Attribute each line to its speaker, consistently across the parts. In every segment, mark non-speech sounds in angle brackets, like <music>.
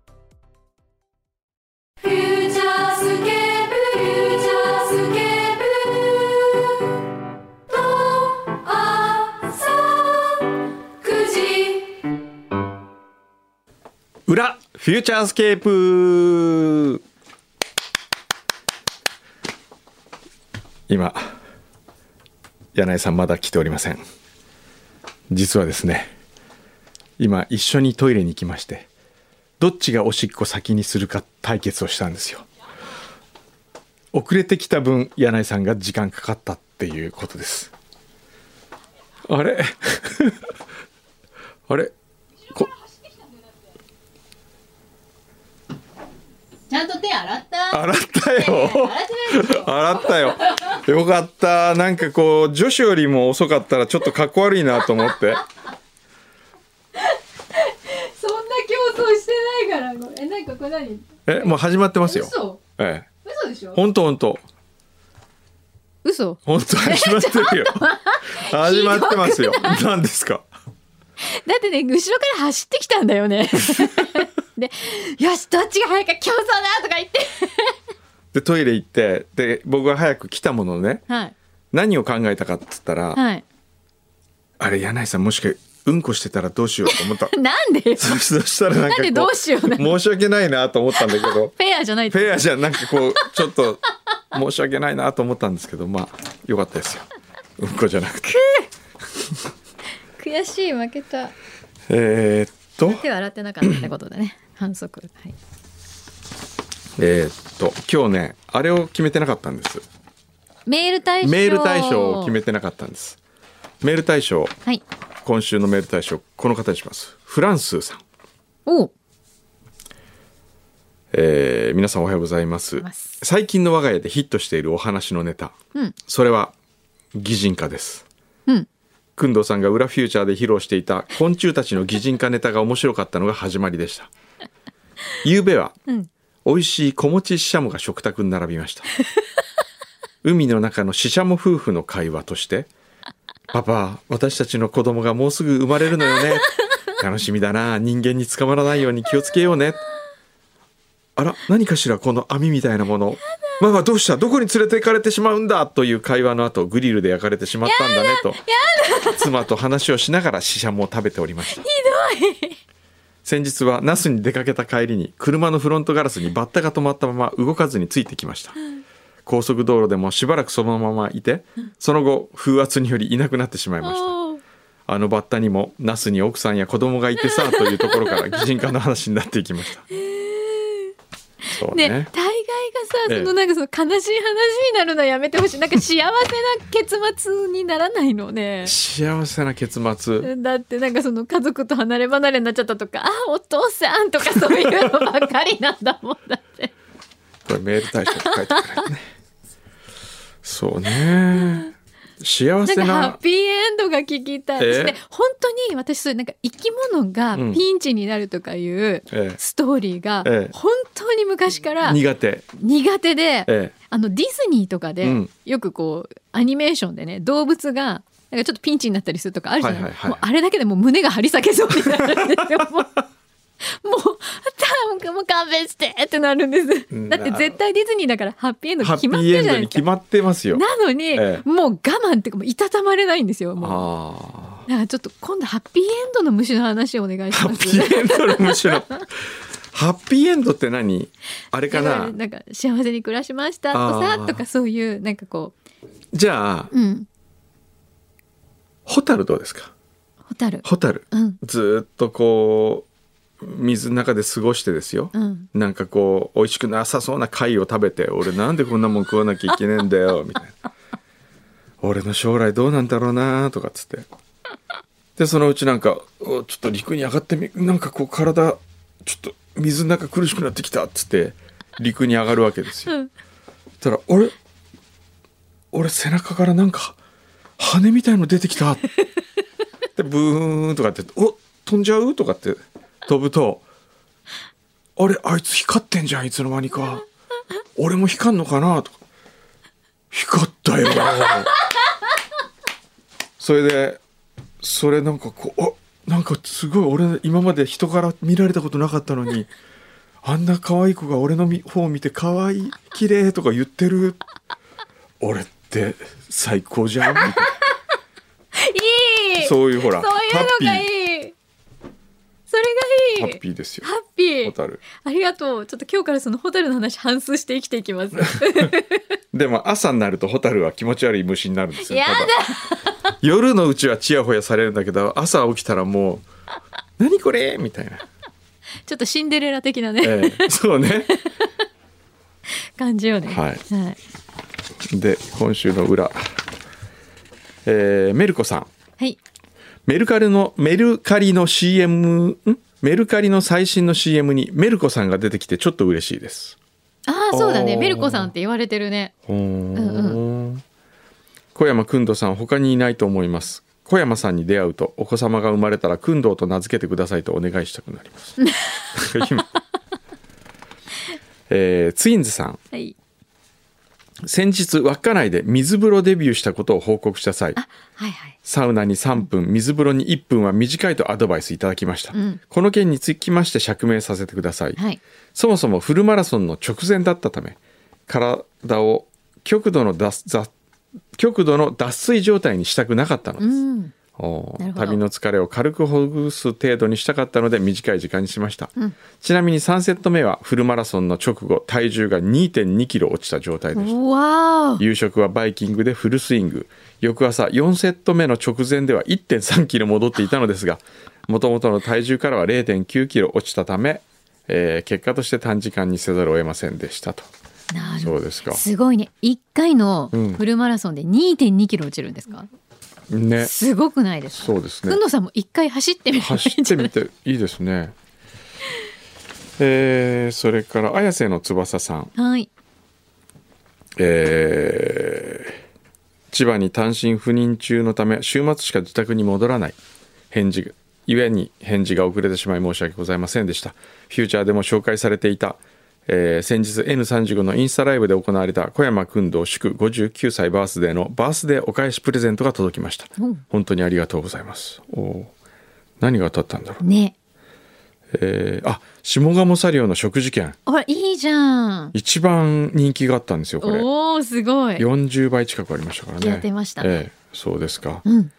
Speaker 1: フューチャースケープフューチャースケープと朝9時
Speaker 2: 裏フューチャースケープ今柳井さんまだ来ておりません実はですね今一緒にトイレに行きましてどっちがおしっこ先にするか対決をしたんですよ遅れてきた分柳井さんが時間かかったっていうことですあれ <laughs> あれこ
Speaker 3: ちゃんと手洗 <laughs> った
Speaker 2: 洗ったよ
Speaker 3: 洗ってないでしょ
Speaker 2: 洗ったよ。よかった。なんかこう、女子よりも遅かったらちょっとかっこ悪いなと思って。
Speaker 3: そんな競争してないからごめんえなんかこれ何
Speaker 2: え、もう始まってますよ。
Speaker 3: 嘘
Speaker 2: ええ。
Speaker 3: 嘘でしょ
Speaker 2: ほんとほんと。
Speaker 3: 嘘
Speaker 2: ほんと始まって
Speaker 3: <laughs>
Speaker 2: るよ。始まってますよ。何ですか
Speaker 3: だってね後ろから走ってきたんだよ <laughs> ねでよしどっちが早いか競争だとか言って
Speaker 2: で、トイレ行って、で、僕が早く来たものね、
Speaker 3: はい
Speaker 2: 何を考えたかっつったら、
Speaker 3: はい
Speaker 2: あれ、柳井さんもしかうんこしてたらどうしようと思
Speaker 3: <laughs>
Speaker 2: った。
Speaker 3: なんでよ
Speaker 2: そそしたらなんかこ
Speaker 3: なんでどうしような
Speaker 2: 申し訳ないなと思ったんだけど。
Speaker 3: フェアじゃない
Speaker 2: フェアじゃんなんかこうちょっと申し訳ないなと思ったんですけどまあよかったですようんこじゃなくて
Speaker 3: 悔しい負けた
Speaker 2: えー、っと
Speaker 3: 手は洗ってなかったってことだね反則はい
Speaker 2: えー、っと今日ねあれを決めてなかったんです
Speaker 3: メール対象
Speaker 2: メール対象を決めてなかったんですメール対象
Speaker 3: はい
Speaker 2: 今週のメール対象この方にしますフランスーさん、
Speaker 3: おう
Speaker 2: えー皆さんおはようございます
Speaker 3: ます
Speaker 2: 最近の我が家でヒットしているお話のネタ、
Speaker 3: うん
Speaker 2: それは擬人化です
Speaker 3: うん
Speaker 2: 工藤さんが裏フューチャーで披露していた昆虫たちの擬人化ネタが面白かったのが始まりでした昨べは、
Speaker 3: ん
Speaker 2: 美味しい子持ちししゃもが食卓に並びました海の中のししゃも夫婦の会話として「パパ私たちの子供がもうすぐ生まれるのよね楽しみだな人間に捕まらないように気をつけようね」あら何かしらこの網みたいなものママどうしたどこに連れて行かれてしまうんだという会話の後グリルで焼かれてしまったんだねと妻と話をしながらシシャモを食べておりましたひどい先日は那須に出かけた帰りに車のフロントガラスにバッタが止まったまま動かずについてきました高速道路でもしばらくそのままいてその後風圧によりいなくなってしまいました
Speaker 3: おう
Speaker 2: あのバッタにもナスに奥さんや子供がいてさというところから擬人化の話になっていきま
Speaker 3: <laughs>
Speaker 2: したそう
Speaker 3: ね
Speaker 2: ね
Speaker 3: 大概が
Speaker 2: え
Speaker 3: さ
Speaker 2: え
Speaker 3: そのなんかその悲しい話になるのやめてほしいなんか幸せな結末にならないのね
Speaker 2: 幸せな結末
Speaker 3: だってなんかその家族と離れ離れになっちゃったとかあお父さんとかそういうのばっかりなんだもんだって
Speaker 2: これメール対象に書いてくれる
Speaker 3: <laughs>
Speaker 2: ねそうね幸
Speaker 3: な
Speaker 2: せ
Speaker 3: んかハッ
Speaker 2: な
Speaker 3: ピーエンドが聞きたい、
Speaker 2: ええ
Speaker 3: 私ね本当に私そういうなんか生き物が
Speaker 2: うん
Speaker 3: ピンチになるとかいう
Speaker 2: ええ
Speaker 3: ストーリーが
Speaker 2: ええ
Speaker 3: 本当に昔から
Speaker 2: 苦手
Speaker 3: 苦手で、
Speaker 2: ええ
Speaker 3: あのディズニーとかで、
Speaker 2: うん
Speaker 3: よくこうアニメーションでね動物がなんかちょっとピンチになったりするとかあるじゃない、
Speaker 2: はいはいはい
Speaker 3: もうあれだけでもう胸が張り裂けそうにな
Speaker 2: <laughs>
Speaker 3: るんですよもう。もうたもう勘弁してってなるんです
Speaker 2: うん
Speaker 3: だって絶対ディズニーだからハッピーエンド
Speaker 2: ハ
Speaker 3: 決
Speaker 2: ッピ
Speaker 3: まって
Speaker 2: ーエ
Speaker 3: る
Speaker 2: ン
Speaker 3: じゃ
Speaker 2: ド
Speaker 3: ない
Speaker 2: に
Speaker 3: です
Speaker 2: 決
Speaker 3: か
Speaker 2: まってますよ
Speaker 3: なのに、
Speaker 2: ええ
Speaker 3: もう我慢っていうかもういたたまれないんですよも
Speaker 2: あ
Speaker 3: うだからちょっと今度ハッピーエンドの虫の話をお願いし
Speaker 2: ーハ
Speaker 3: ま
Speaker 2: ッ
Speaker 3: す
Speaker 2: ピーエンドのむしろハッピーエンドって何あれかな
Speaker 3: なんか幸せに暮らしましたと
Speaker 2: あ
Speaker 3: さ
Speaker 2: ー
Speaker 3: とかそういうなんかこ
Speaker 2: じゃあ
Speaker 3: ううん
Speaker 2: ホタルどうですか
Speaker 3: ホタル
Speaker 2: ホタル
Speaker 3: うん
Speaker 2: ずーっとこう水の中で過ごしてですよ、
Speaker 3: うん
Speaker 2: なんかこう美味しくなさそうな貝を食べて俺なんでこんなもん食わなきゃいけねえんだよみたいな俺の将来どうなんだろうなとかっつってでそのうちなんかおちょっと陸に上がってみなんかこう体ちょっと水の中苦しくなってきたっつって陸に上がるわけですよ。
Speaker 3: うん
Speaker 2: そしたら「あれ俺背中からなんか羽みたいの出てき
Speaker 3: <laughs>
Speaker 2: た」でブーンとかって「お飛んじゃう?」とかって飛ぶと「あれあいつ光ってんじゃんいつの間にか俺も光んのかな?」とか「光ったよ」それでそれなんかこうあなんかすごい俺今まで人から見られたことなかったのにあんな可愛い子が俺のみ方を見て可愛い綺麗とか言ってる俺って最高じゃんみたい
Speaker 3: いい
Speaker 2: なそういうほら
Speaker 3: そう
Speaker 2: ハッ
Speaker 3: いうの
Speaker 2: ピー
Speaker 3: がいいそれが
Speaker 2: ハ
Speaker 3: いい
Speaker 2: ッピーですよ
Speaker 3: ハッピー
Speaker 2: ホタル
Speaker 3: ありがとうちょっと今日からそのホタルの話反数して生きていきます
Speaker 2: でも朝になるとホタルは気持ち悪い虫になるんですよ
Speaker 3: やだ
Speaker 2: ただ夜のうちはチヤホヤされるんだけど朝起きたらもう「何これ?」みたいな、
Speaker 3: ちょっとシンデレラ的なね、
Speaker 2: え
Speaker 3: <laughs>
Speaker 2: え、そうね
Speaker 3: 感じよね
Speaker 2: はい
Speaker 3: はい、
Speaker 2: で今週の裏、えーメルコさん
Speaker 3: はい
Speaker 2: メルカリのメルカリの CM んメルカリの最新の CM にメルコさんが出てきてちょっと嬉しいです
Speaker 3: ああそうだね
Speaker 2: おー
Speaker 3: メルコさんって言われてるね
Speaker 2: ほー小山くんどさん他にいないと思います小山さんに出会うとお子様が生まれたらくんどうと名付けてくださいとお願いしたくなります
Speaker 3: <laughs>
Speaker 2: 今 <laughs> えーツインズさん
Speaker 3: はい
Speaker 2: 先日稚内で水風呂デビューしたことを報告した際
Speaker 3: あはいはい
Speaker 2: サウナに3分水風呂に1分は短いとアドバイスいただきました、
Speaker 3: ん
Speaker 2: この件につきまして釈明させてください、
Speaker 3: はい
Speaker 2: そもそもフルマラソンの直前だったため体を極度の脱雑極度の脱水状態にしたくなかったので
Speaker 3: う
Speaker 2: す、
Speaker 3: ん
Speaker 2: おー
Speaker 3: なるほど
Speaker 2: 旅の疲れを軽くほぐす程度にしたかったので短い時間にしました、ちなみに3セット目はフルマラソンの直後体重が2 2キロ落ちた状態でした
Speaker 3: わー
Speaker 2: 夕食はバイキングでフルスイング翌朝4セット目の直前では1 3キロ戻っていたのですがもともとの体重からは0 9キロ落ちたため、えー結果として短時間にせざるを得ませんでしたと
Speaker 3: なるほど
Speaker 2: そうですか
Speaker 3: すごいね一回の
Speaker 2: うん
Speaker 3: フルマラソンで2.2キロ落ちるんですか、
Speaker 2: ね
Speaker 3: <laughs> すごくないですか
Speaker 2: そうです
Speaker 3: く
Speaker 2: ね
Speaker 3: んどさんも一回走ってみればいい
Speaker 2: 走っ
Speaker 3: んじ
Speaker 2: て
Speaker 3: ゃな
Speaker 2: み
Speaker 3: い
Speaker 2: ていいですねえーそれから綾瀬の翼さん
Speaker 3: はい
Speaker 2: えー千葉に単身赴任中のため週末しか自宅に戻らない返事がゆえに返事が遅れてしまい申し訳ございませんでしたフューチャーでも紹介されていた、えー先日 N35 のインスタライブで行われた小山君堂祝59歳バースデーのバースデーお返しプレゼントが届きました、
Speaker 3: うん
Speaker 2: 本当にありがとうございますおー何が当たったんだろう、
Speaker 3: ね
Speaker 2: えーあ下鴨サリオの食事券
Speaker 3: ほらいいじゃん
Speaker 2: 一番人気があったんですよこれ
Speaker 3: おおすごい
Speaker 2: 40倍近くありましたからね
Speaker 3: やってましたね
Speaker 2: ええ、そうですか、
Speaker 3: うん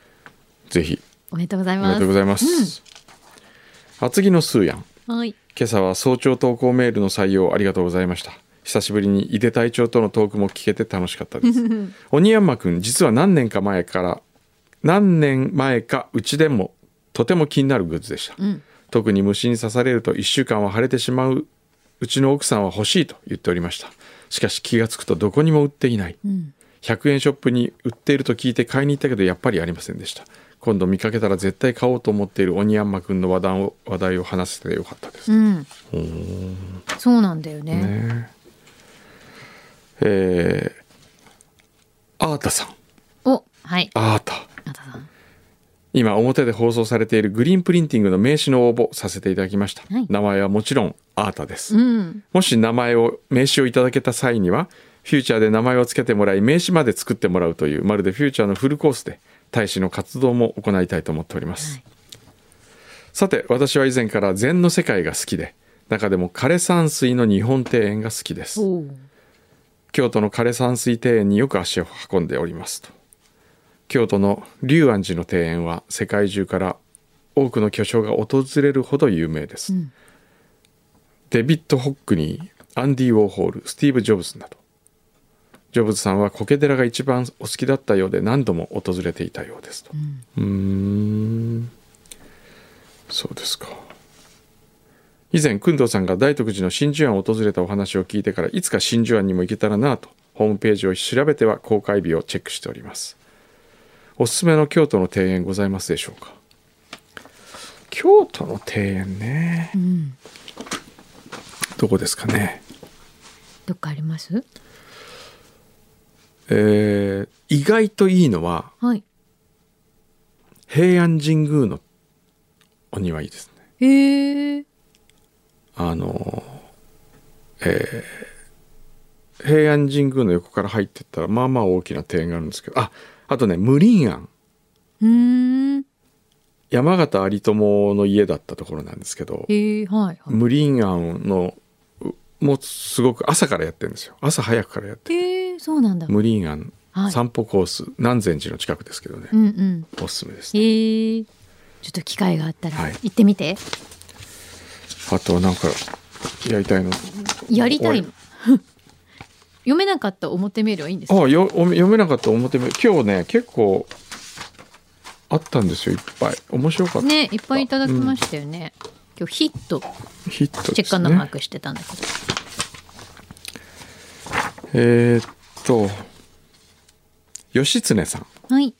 Speaker 2: ぜひ
Speaker 3: おめでとうござい
Speaker 2: おめ
Speaker 3: ま
Speaker 2: ですとうございます、厚木のスーヤン
Speaker 3: はい
Speaker 2: 今朝は早朝投稿メールの採用ありがとうございました久しぶりに井手隊長とのトークも聞けて楽しかった
Speaker 3: <laughs>
Speaker 2: です鬼山くん実は何年か前から何年前かうちでもとても気になるグッズでした、
Speaker 3: ん
Speaker 2: 特に虫に刺されると1週間は腫れてしまううちの奥さんは欲しいと言っておりましたしかし気がつくとどこにも売っていない、
Speaker 3: ん
Speaker 2: 100円ショップに売っていると聞いて買いに行ったけどやっぱりありませんでした今度見かけたら絶対買おうと思っている鬼山くんの話題を話題を話せてよかったです
Speaker 3: うんそうなんだよね
Speaker 2: ねえー、アータさん
Speaker 3: おはい
Speaker 2: アータ
Speaker 3: あたさん
Speaker 2: 今表で放送されているグリーンプリンティングの名刺の応募させていただきました、
Speaker 3: はい
Speaker 2: 名前はもちろんアータです、
Speaker 3: うん
Speaker 2: もし名前を名刺をいただけた際にはフューチャーで名前を付けてもらい名刺まで作ってもらうというまるでフューチャーのフルコースで大使の活動も行いたいと思っております、
Speaker 3: はい
Speaker 2: さて私は以前から禅の世界が好きで中でも枯山水の日本庭園が好きです
Speaker 3: おー
Speaker 2: 京都の枯山水庭園によく足を運んでおりますと京都の龍安寺の庭園は世界中から多くの巨匠が訪れるほど有名です、
Speaker 3: ん
Speaker 2: デビッド・ホックニーアンディ・ウォーホールスティーブ・ジョブズなどジョブズさんは苔寺が一番お好きだったようで何度も訪れていたようですとうーんそうですか以前工藤さんが大徳寺の真珠庵を訪れたお話を聞いてからいつか真珠庵にも行けたらなぁとホームページを調べては公開日をチェックしておりますおすすめの京都の庭園ございますでしょうか京都の庭園ね、どこですかね
Speaker 3: どっかあります
Speaker 2: えー意外といいのは
Speaker 3: はい
Speaker 2: 平安神宮のお庭いいですね
Speaker 3: へえ
Speaker 2: あのえー平安神宮の横から入ってったらまあまあ大きな庭園があるんですけどああとね無林庵
Speaker 3: うーん
Speaker 2: 山形有朋の家だったところなんですけど
Speaker 3: へえはいは
Speaker 2: 無林庵のうもうすごく朝からやってるんですよ朝早くからやって
Speaker 3: い
Speaker 2: る
Speaker 3: へえそうなんだ
Speaker 2: 無林庵
Speaker 3: はい
Speaker 2: 散歩コース南禅寺の近くですけどね
Speaker 3: うんうん
Speaker 2: おすすめですね
Speaker 3: へえちょっと機会があったら
Speaker 2: はい
Speaker 3: 行ってみて、
Speaker 2: あとなんかやりたいの
Speaker 3: やりたいの
Speaker 2: お
Speaker 3: <laughs> 読めなかった表メールはいいんですか
Speaker 2: あよお読めなかった表目今日ね結構あったんですよいっぱい面白かった、
Speaker 3: ねいっぱいいただきましたよね、今日ヒット
Speaker 2: ヒット
Speaker 3: チ
Speaker 2: で
Speaker 3: ェッカ
Speaker 2: す
Speaker 3: ーのマー
Speaker 2: ね
Speaker 3: クしてたんだけど、
Speaker 2: えーっと義経さん
Speaker 3: はい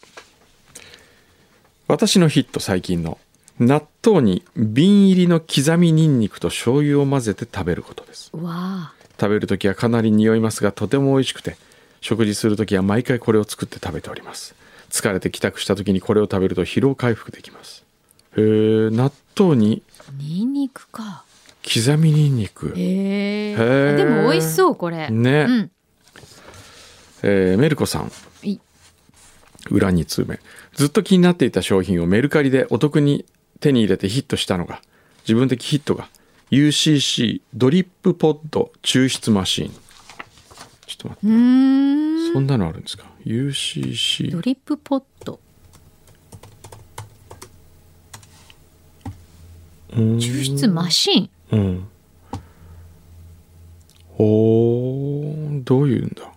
Speaker 2: 私のヒット最近の納豆に瓶入りの刻みニンニクと醤油を混ぜて食べることです
Speaker 3: うわあ
Speaker 2: 食べる時はかなり匂いますがとても美味しくて食事する時は毎回これを作って食べております疲れて帰宅した時にこれを食べると疲労回復できますへえ納豆に
Speaker 3: ニンニクか
Speaker 2: 刻みニンニク
Speaker 3: へ
Speaker 2: へ
Speaker 3: え
Speaker 2: ー
Speaker 3: でも美味しそうこれ
Speaker 2: ね
Speaker 3: うん
Speaker 2: えーメルコさん
Speaker 3: い
Speaker 2: 裏に通目ずっと気になっていた商品をメルカリでお得に手に入れてヒットしたのが自分的ヒットが UCC ドリップポッド抽出マシーンちょっと待
Speaker 3: う
Speaker 2: って、
Speaker 3: ーん
Speaker 2: そんなのあるんですか
Speaker 3: ド
Speaker 2: UCC
Speaker 3: リップポット抽出マシン
Speaker 2: うんおーどういうんだあ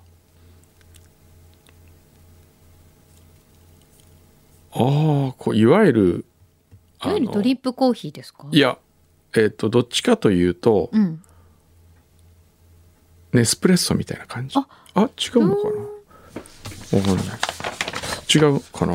Speaker 2: あこういわゆる
Speaker 3: いわゆるドリップコーヒーですか
Speaker 2: いや、えっ、と、どっちかというと、
Speaker 3: うん
Speaker 2: ネスプレッソみたいな感じ。
Speaker 3: あ
Speaker 2: あ、違うのかなわかんない。違うかな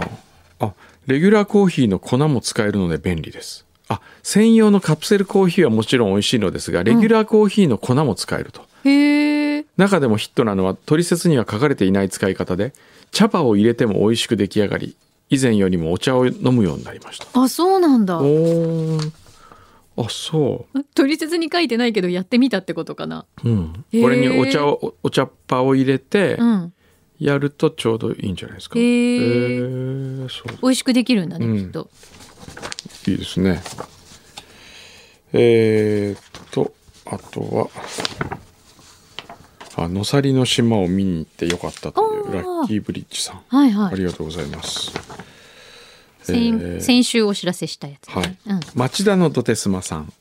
Speaker 2: あ、レギュラーコーヒーの粉も使えるので便利です。あ、専用のカプセルコーヒーはもちろん美味しいのですが、レギュラーコーヒーの粉も使えると。
Speaker 3: へえ
Speaker 2: 中でもヒットなのは、トリセツには書かれていない使い方で、茶葉を入れても美味しく出来上がり、以前よりもお茶を飲むようになりました。
Speaker 3: あそうなんだ
Speaker 2: おー。あ、そう。
Speaker 3: 取説に書いてないけどやってみたってことかな
Speaker 2: うん、
Speaker 3: へー
Speaker 2: これにお茶をおお茶っ葉を入れて
Speaker 3: うん
Speaker 2: やるとちょうどいいんじゃないですか。
Speaker 3: へー
Speaker 2: ーそう
Speaker 3: 美味しくできるんだね、
Speaker 2: うん
Speaker 3: きっと
Speaker 2: いいですね。えー、っとあとはあのさりの島を見に行ってよかったとい
Speaker 3: あ
Speaker 2: う
Speaker 3: ー
Speaker 2: ラッキーブリッジさん、
Speaker 3: はいは
Speaker 2: あ
Speaker 3: い
Speaker 2: りがとうございます。
Speaker 3: 先,、
Speaker 2: えー
Speaker 3: 先週お知らせしたやつ、ね
Speaker 2: はい
Speaker 3: うん、
Speaker 2: 町田のドテスマさん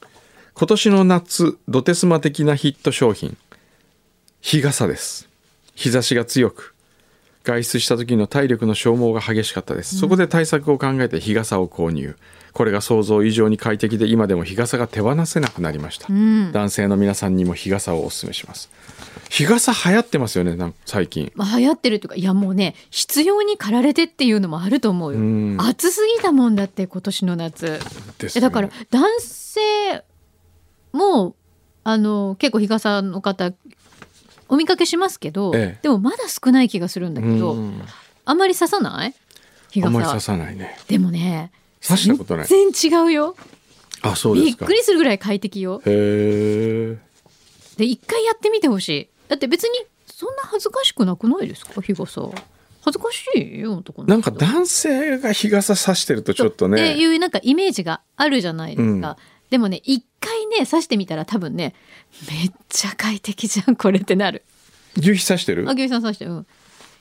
Speaker 2: 今年の夏ドテスマ的なヒット商品日傘です日差しが強く外出した時の体力の消耗が激しかったですそこで対策を考えて日傘を購入これが想像以上に快適で今でも日傘が手放せなくなりました、
Speaker 3: ん
Speaker 2: 男性の皆さんにも日傘をお勧めします日傘流行ってますよねなん最近
Speaker 3: まあ流行ってるとかいやもうね必要に駆られてっていうのもあると思うよ、
Speaker 2: うん
Speaker 3: 暑すぎたもんだって今年の夏
Speaker 2: です
Speaker 3: え
Speaker 2: ね
Speaker 3: だから男性もあの結構日傘の方お見かけしますけど、
Speaker 2: ええ
Speaker 3: でもまだ少ない気がするんだ
Speaker 2: う
Speaker 3: けど、
Speaker 2: ん
Speaker 3: あんまり刺さない日
Speaker 2: あん
Speaker 3: 傘
Speaker 2: まり刺さないね
Speaker 3: でもね
Speaker 2: 刺したことない
Speaker 3: 全然違うよ
Speaker 2: あそうで
Speaker 3: び
Speaker 2: す
Speaker 3: っ
Speaker 2: か
Speaker 3: くりするぐらい快適よ
Speaker 2: へえ
Speaker 3: で一回やってみてほしいだって別にそんな恥ずかしくなくないですか日傘恥ずかしいよ男の人
Speaker 2: なんか男性が日傘さしてるとちょっと
Speaker 3: ってい
Speaker 2: ね。
Speaker 3: うなんかイメージがあるじゃないですか、
Speaker 2: うん
Speaker 3: でもね一回ね刺してみたら多分ねめっちゃ快適じゃんこれってなる
Speaker 2: 夕日さしてる
Speaker 3: あ牛さん刺してうん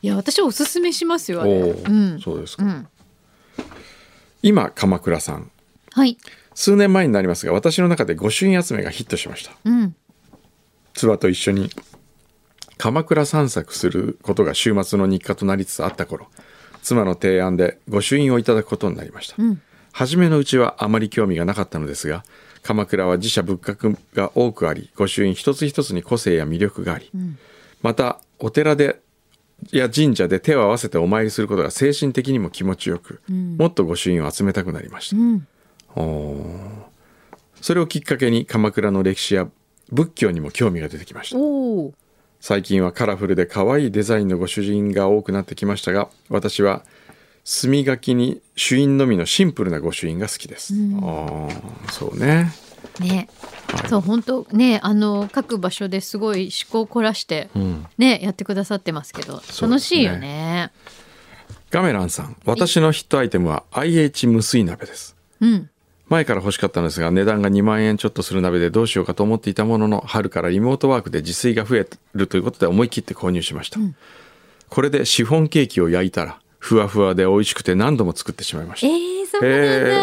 Speaker 3: いや私はおすすめしますよあれ
Speaker 2: お
Speaker 3: う
Speaker 2: ー
Speaker 3: ん
Speaker 2: そうです
Speaker 3: う
Speaker 2: か。
Speaker 3: ん
Speaker 2: 今、鎌倉さん。
Speaker 3: はい
Speaker 2: 数年前になりますが、私の中で御朱印集めがヒットしました。
Speaker 3: うん
Speaker 2: 妻と一緒に鎌倉散策することが週末の日課となりつつあった頃、妻の提案で御朱印をいただくことになりました。
Speaker 3: うん
Speaker 2: 初めのうちはあまり興味がなかったのですが鎌倉は寺社仏閣が多くあり御朱印一つ一つに個性や魅力があり、またお寺でや神社で手を合わせてお参りすることが精神的にも気持ちよく、もっと御朱印を集めたくなりました、
Speaker 3: ん
Speaker 2: おーそれをきっかけに鎌倉の歴史や仏教にも興味が出てきました
Speaker 3: おお
Speaker 2: 最近はカラフルで可愛いデザインのご主人が多くなってきましたが私は墨書きに朱印のみのシンプルなご朱印が好きです、
Speaker 3: う
Speaker 2: あ
Speaker 3: ん
Speaker 2: あそうね
Speaker 3: ね、
Speaker 2: はい
Speaker 3: そう本当ねあの各場所ですごい趣向を凝らして、
Speaker 2: ん
Speaker 3: ねやってくださってますけど
Speaker 2: すね
Speaker 3: 楽しいよね。
Speaker 2: ガメランさん私のヒットアイテムは IH 無水鍋です
Speaker 3: うん、
Speaker 2: 前から欲しかったのですが値段が2万円ちょっとする鍋でどうしようかと思っていたものの春からリモートワークで自炊が増えるということで思い切って購入しました、これでシフォンケーキを焼いたらふわふわで美味しくて何度も作ってしまいました
Speaker 3: え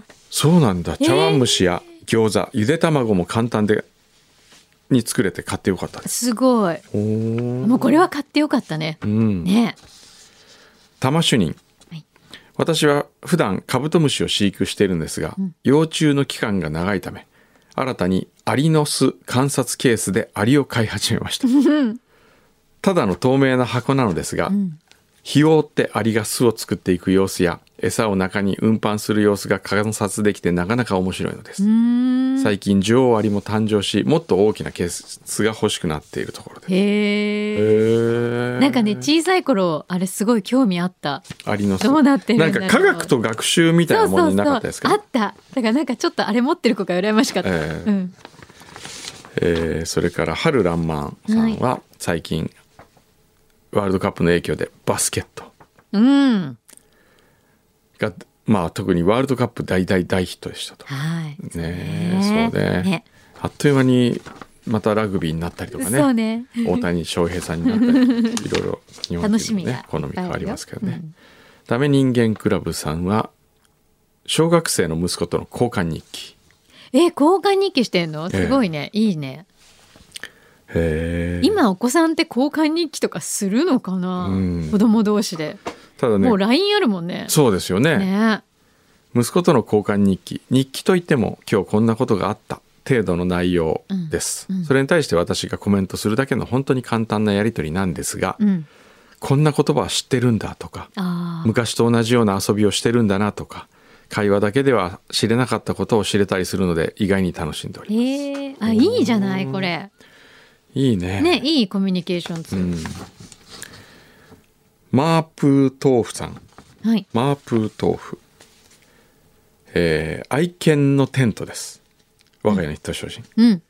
Speaker 3: ー、そうなんだ。
Speaker 2: そうなんだ
Speaker 3: ー
Speaker 2: 茶碗蒸しや餃子ゆで卵も簡単でに作れて買ってよかったです
Speaker 3: すごい。
Speaker 2: おー
Speaker 3: もうこれは買ってよかったね。
Speaker 2: うん
Speaker 3: ね、
Speaker 2: 玉主任、
Speaker 3: はい
Speaker 2: 私は普段カブトムシを飼育しているんですが、幼虫の期間が長いため新たにアリの巣観察ケースでアリを飼い始めま
Speaker 3: <laughs>
Speaker 2: したただの透明な箱なのですが、日を追ってアリが巣を作っていく様子や餌を中に運搬する様子が観察できてなかなか面白いのです最近女王アリも誕生しもっと大きなケースが欲しくなっているところです
Speaker 3: へえ。
Speaker 2: へー
Speaker 3: なんかね小さい頃あれすごい興味あった。
Speaker 2: アリの巣
Speaker 3: どうなってるんだろうん
Speaker 2: か科学と学習みたいなものになかったですか
Speaker 3: あった。だからなんかちょっとあれ持ってる子が羨ましかった。
Speaker 2: ええ
Speaker 3: うん。
Speaker 2: えーそれから春らんまんさんは最近、ワールドカップの影響でバスケット
Speaker 3: うん。
Speaker 2: がまあ特にワールドカップ大大大ヒットでしたと
Speaker 3: は
Speaker 2: ね
Speaker 3: い。
Speaker 2: えそうね
Speaker 3: ね
Speaker 2: あっという間にまたラグビーになったりとかね
Speaker 3: そうね。
Speaker 2: 大谷翔平さんにな
Speaker 3: <laughs>
Speaker 2: ったりいろいろ日本人
Speaker 3: 楽し
Speaker 2: の
Speaker 3: みがいっ
Speaker 2: ね
Speaker 3: ぱ
Speaker 2: 好
Speaker 3: いあるよ
Speaker 2: み変わりますけどね、
Speaker 3: うん
Speaker 2: ダメ人間クラブさんは小学生の息子との交換日記
Speaker 3: え交換日記してんのすごいね、いいね
Speaker 2: へえ
Speaker 3: 今お子さんって交換日記とかするのかな、
Speaker 2: うん
Speaker 3: 子供同士で、
Speaker 2: ただね
Speaker 3: もう LINE あるもんね
Speaker 2: そうですよね
Speaker 3: ね
Speaker 2: 息子との交換日記日記といっても今日こんなことがあった程度の内容です、
Speaker 3: うんうん
Speaker 2: それに対して私がコメントするだけの本当に簡単なやり取りなんですが、
Speaker 3: うん
Speaker 2: こんな言葉は知ってるんだとか
Speaker 3: あー
Speaker 2: 昔と同じような遊びをしてるんだなとか会話だけでは知れなかったことを知れたりするので意外に楽しんでおります、
Speaker 3: えー、あいいじゃないこれ
Speaker 2: いいね
Speaker 3: ねいいコミュニケーションツ
Speaker 2: う
Speaker 3: ー
Speaker 2: ん、マープー豆腐さん
Speaker 3: ル、はい
Speaker 2: マープー豆腐えー愛犬のテントです我が家の一等商人、
Speaker 3: うん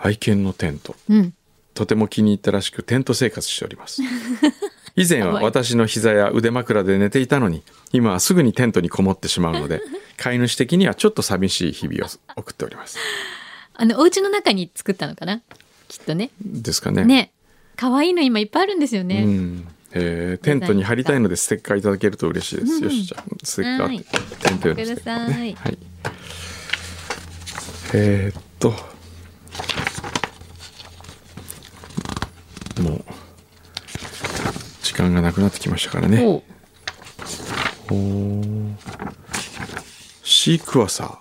Speaker 2: 愛犬のテント
Speaker 3: うん
Speaker 2: とても気に入ったらしくテント生活しております
Speaker 3: <laughs>
Speaker 2: 以前は私の膝や腕枕で寝ていたのに今はすぐにテントにこもってしまうので <laughs> 飼い主的にはちょっと寂しい日々を送っております
Speaker 3: あのお家の中に作ったのかなきっとね
Speaker 2: ですかね
Speaker 3: ね可愛いの今いっぱいあるんですよ
Speaker 2: う
Speaker 3: ね、
Speaker 2: んえーテントに貼りたいのでステッカーいただけると嬉しいです、よしじゃあステッカー、
Speaker 3: はい
Speaker 2: テント用のステッカー、
Speaker 3: ください
Speaker 2: ね、はいえーっともう時間がなくなってきましたからね
Speaker 3: おう
Speaker 2: シークワーサ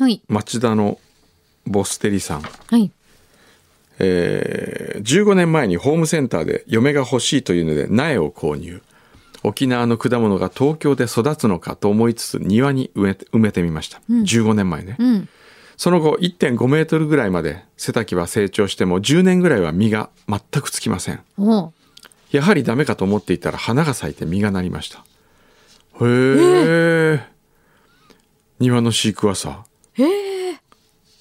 Speaker 2: ー
Speaker 3: はい
Speaker 2: 町田のボステリさん、
Speaker 3: はい
Speaker 2: えー15年前にホームセンターで嫁が欲しいというので苗を購入沖縄の果物が東京で育つのかと思いつつ庭に植えて埋めてみました、15年前ね、
Speaker 3: うん
Speaker 2: その後1.5メートルぐらいまで背丈は成長しても10年ぐらいは実が全くつきません
Speaker 3: おう
Speaker 2: やはりダメかと思っていたら花が咲いて実がなりましたへえ、庭の飼育はさ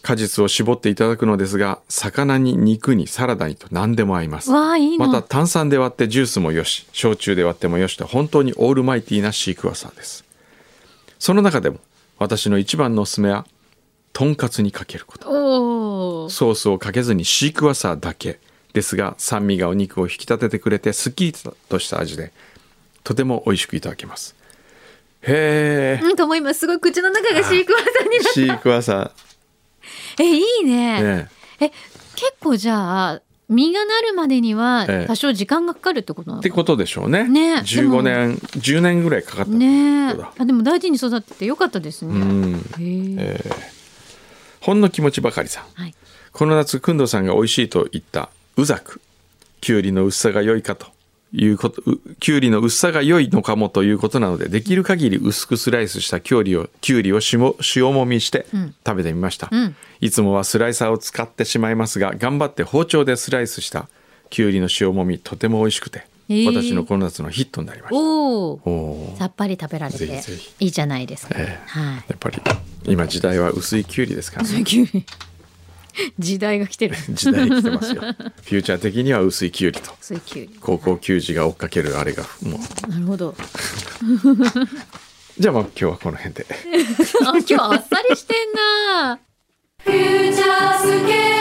Speaker 2: 果実を絞っていただくのですが魚に肉にサラダにと何でも合います
Speaker 3: わあいいな、
Speaker 2: また炭酸で割ってジュースもよし焼酎で割ってもよしと本当にオールマイティーなシークワーサーですその中でも私の一番のおすすめはとんかつにかけること
Speaker 3: おお
Speaker 2: ソースをかけずにシークワーサーだけですが酸味がお肉を引き立ててくれてすっきりとした味でとても美味しくいただけますへ
Speaker 3: <laughs>
Speaker 2: え
Speaker 3: なんかもう今すごい口の中が飼育技になっ
Speaker 2: シークワーサ
Speaker 3: てえいい
Speaker 2: ー
Speaker 3: <laughs> ね
Speaker 2: ね
Speaker 3: え結構じゃあ実がなるまでには
Speaker 2: ええ
Speaker 3: 多少時間がかかるってことなの
Speaker 2: ってことでしょうね
Speaker 3: ねえ
Speaker 2: 15年10年ぐらいかかった
Speaker 3: ねえ
Speaker 2: そうだ
Speaker 3: あでも大事に育っててよかったです
Speaker 2: う
Speaker 3: ね、
Speaker 2: ん
Speaker 3: へえ
Speaker 2: ほんの気持ちばかりさん
Speaker 3: はい
Speaker 2: この夏工藤さんが美味しいと言ったうざくきゅうりの薄さが良いかということうきゅうりの薄さが良いのかもということなのでできる限り薄くスライスしたきゅうりをきゅうりをしも塩もみして食べてみました、
Speaker 3: うん
Speaker 2: いつもはスライサーを使ってしまいますが頑張って包丁でスライスしたきゅうりの塩もみとても美味しくて、
Speaker 3: えー
Speaker 2: 私のこの夏のヒットになりました
Speaker 3: おお
Speaker 2: おおー
Speaker 3: さっぱり食べられて
Speaker 2: ぜひぜひ
Speaker 3: いいじゃないですか、
Speaker 2: ええ
Speaker 3: はい
Speaker 2: やっぱり今時代は薄いきゅうりですからね、
Speaker 3: 急に時代が来てる
Speaker 2: 時代来てますよフューチャー的には薄いきゅうりと
Speaker 3: 水球に
Speaker 2: 高校球児が追っかけるあれがもう
Speaker 3: なるほ <laughs> ど
Speaker 2: じゃあまあ今日はこの辺で。
Speaker 3: あ今日あっさりしてんな
Speaker 1: フューチャースケ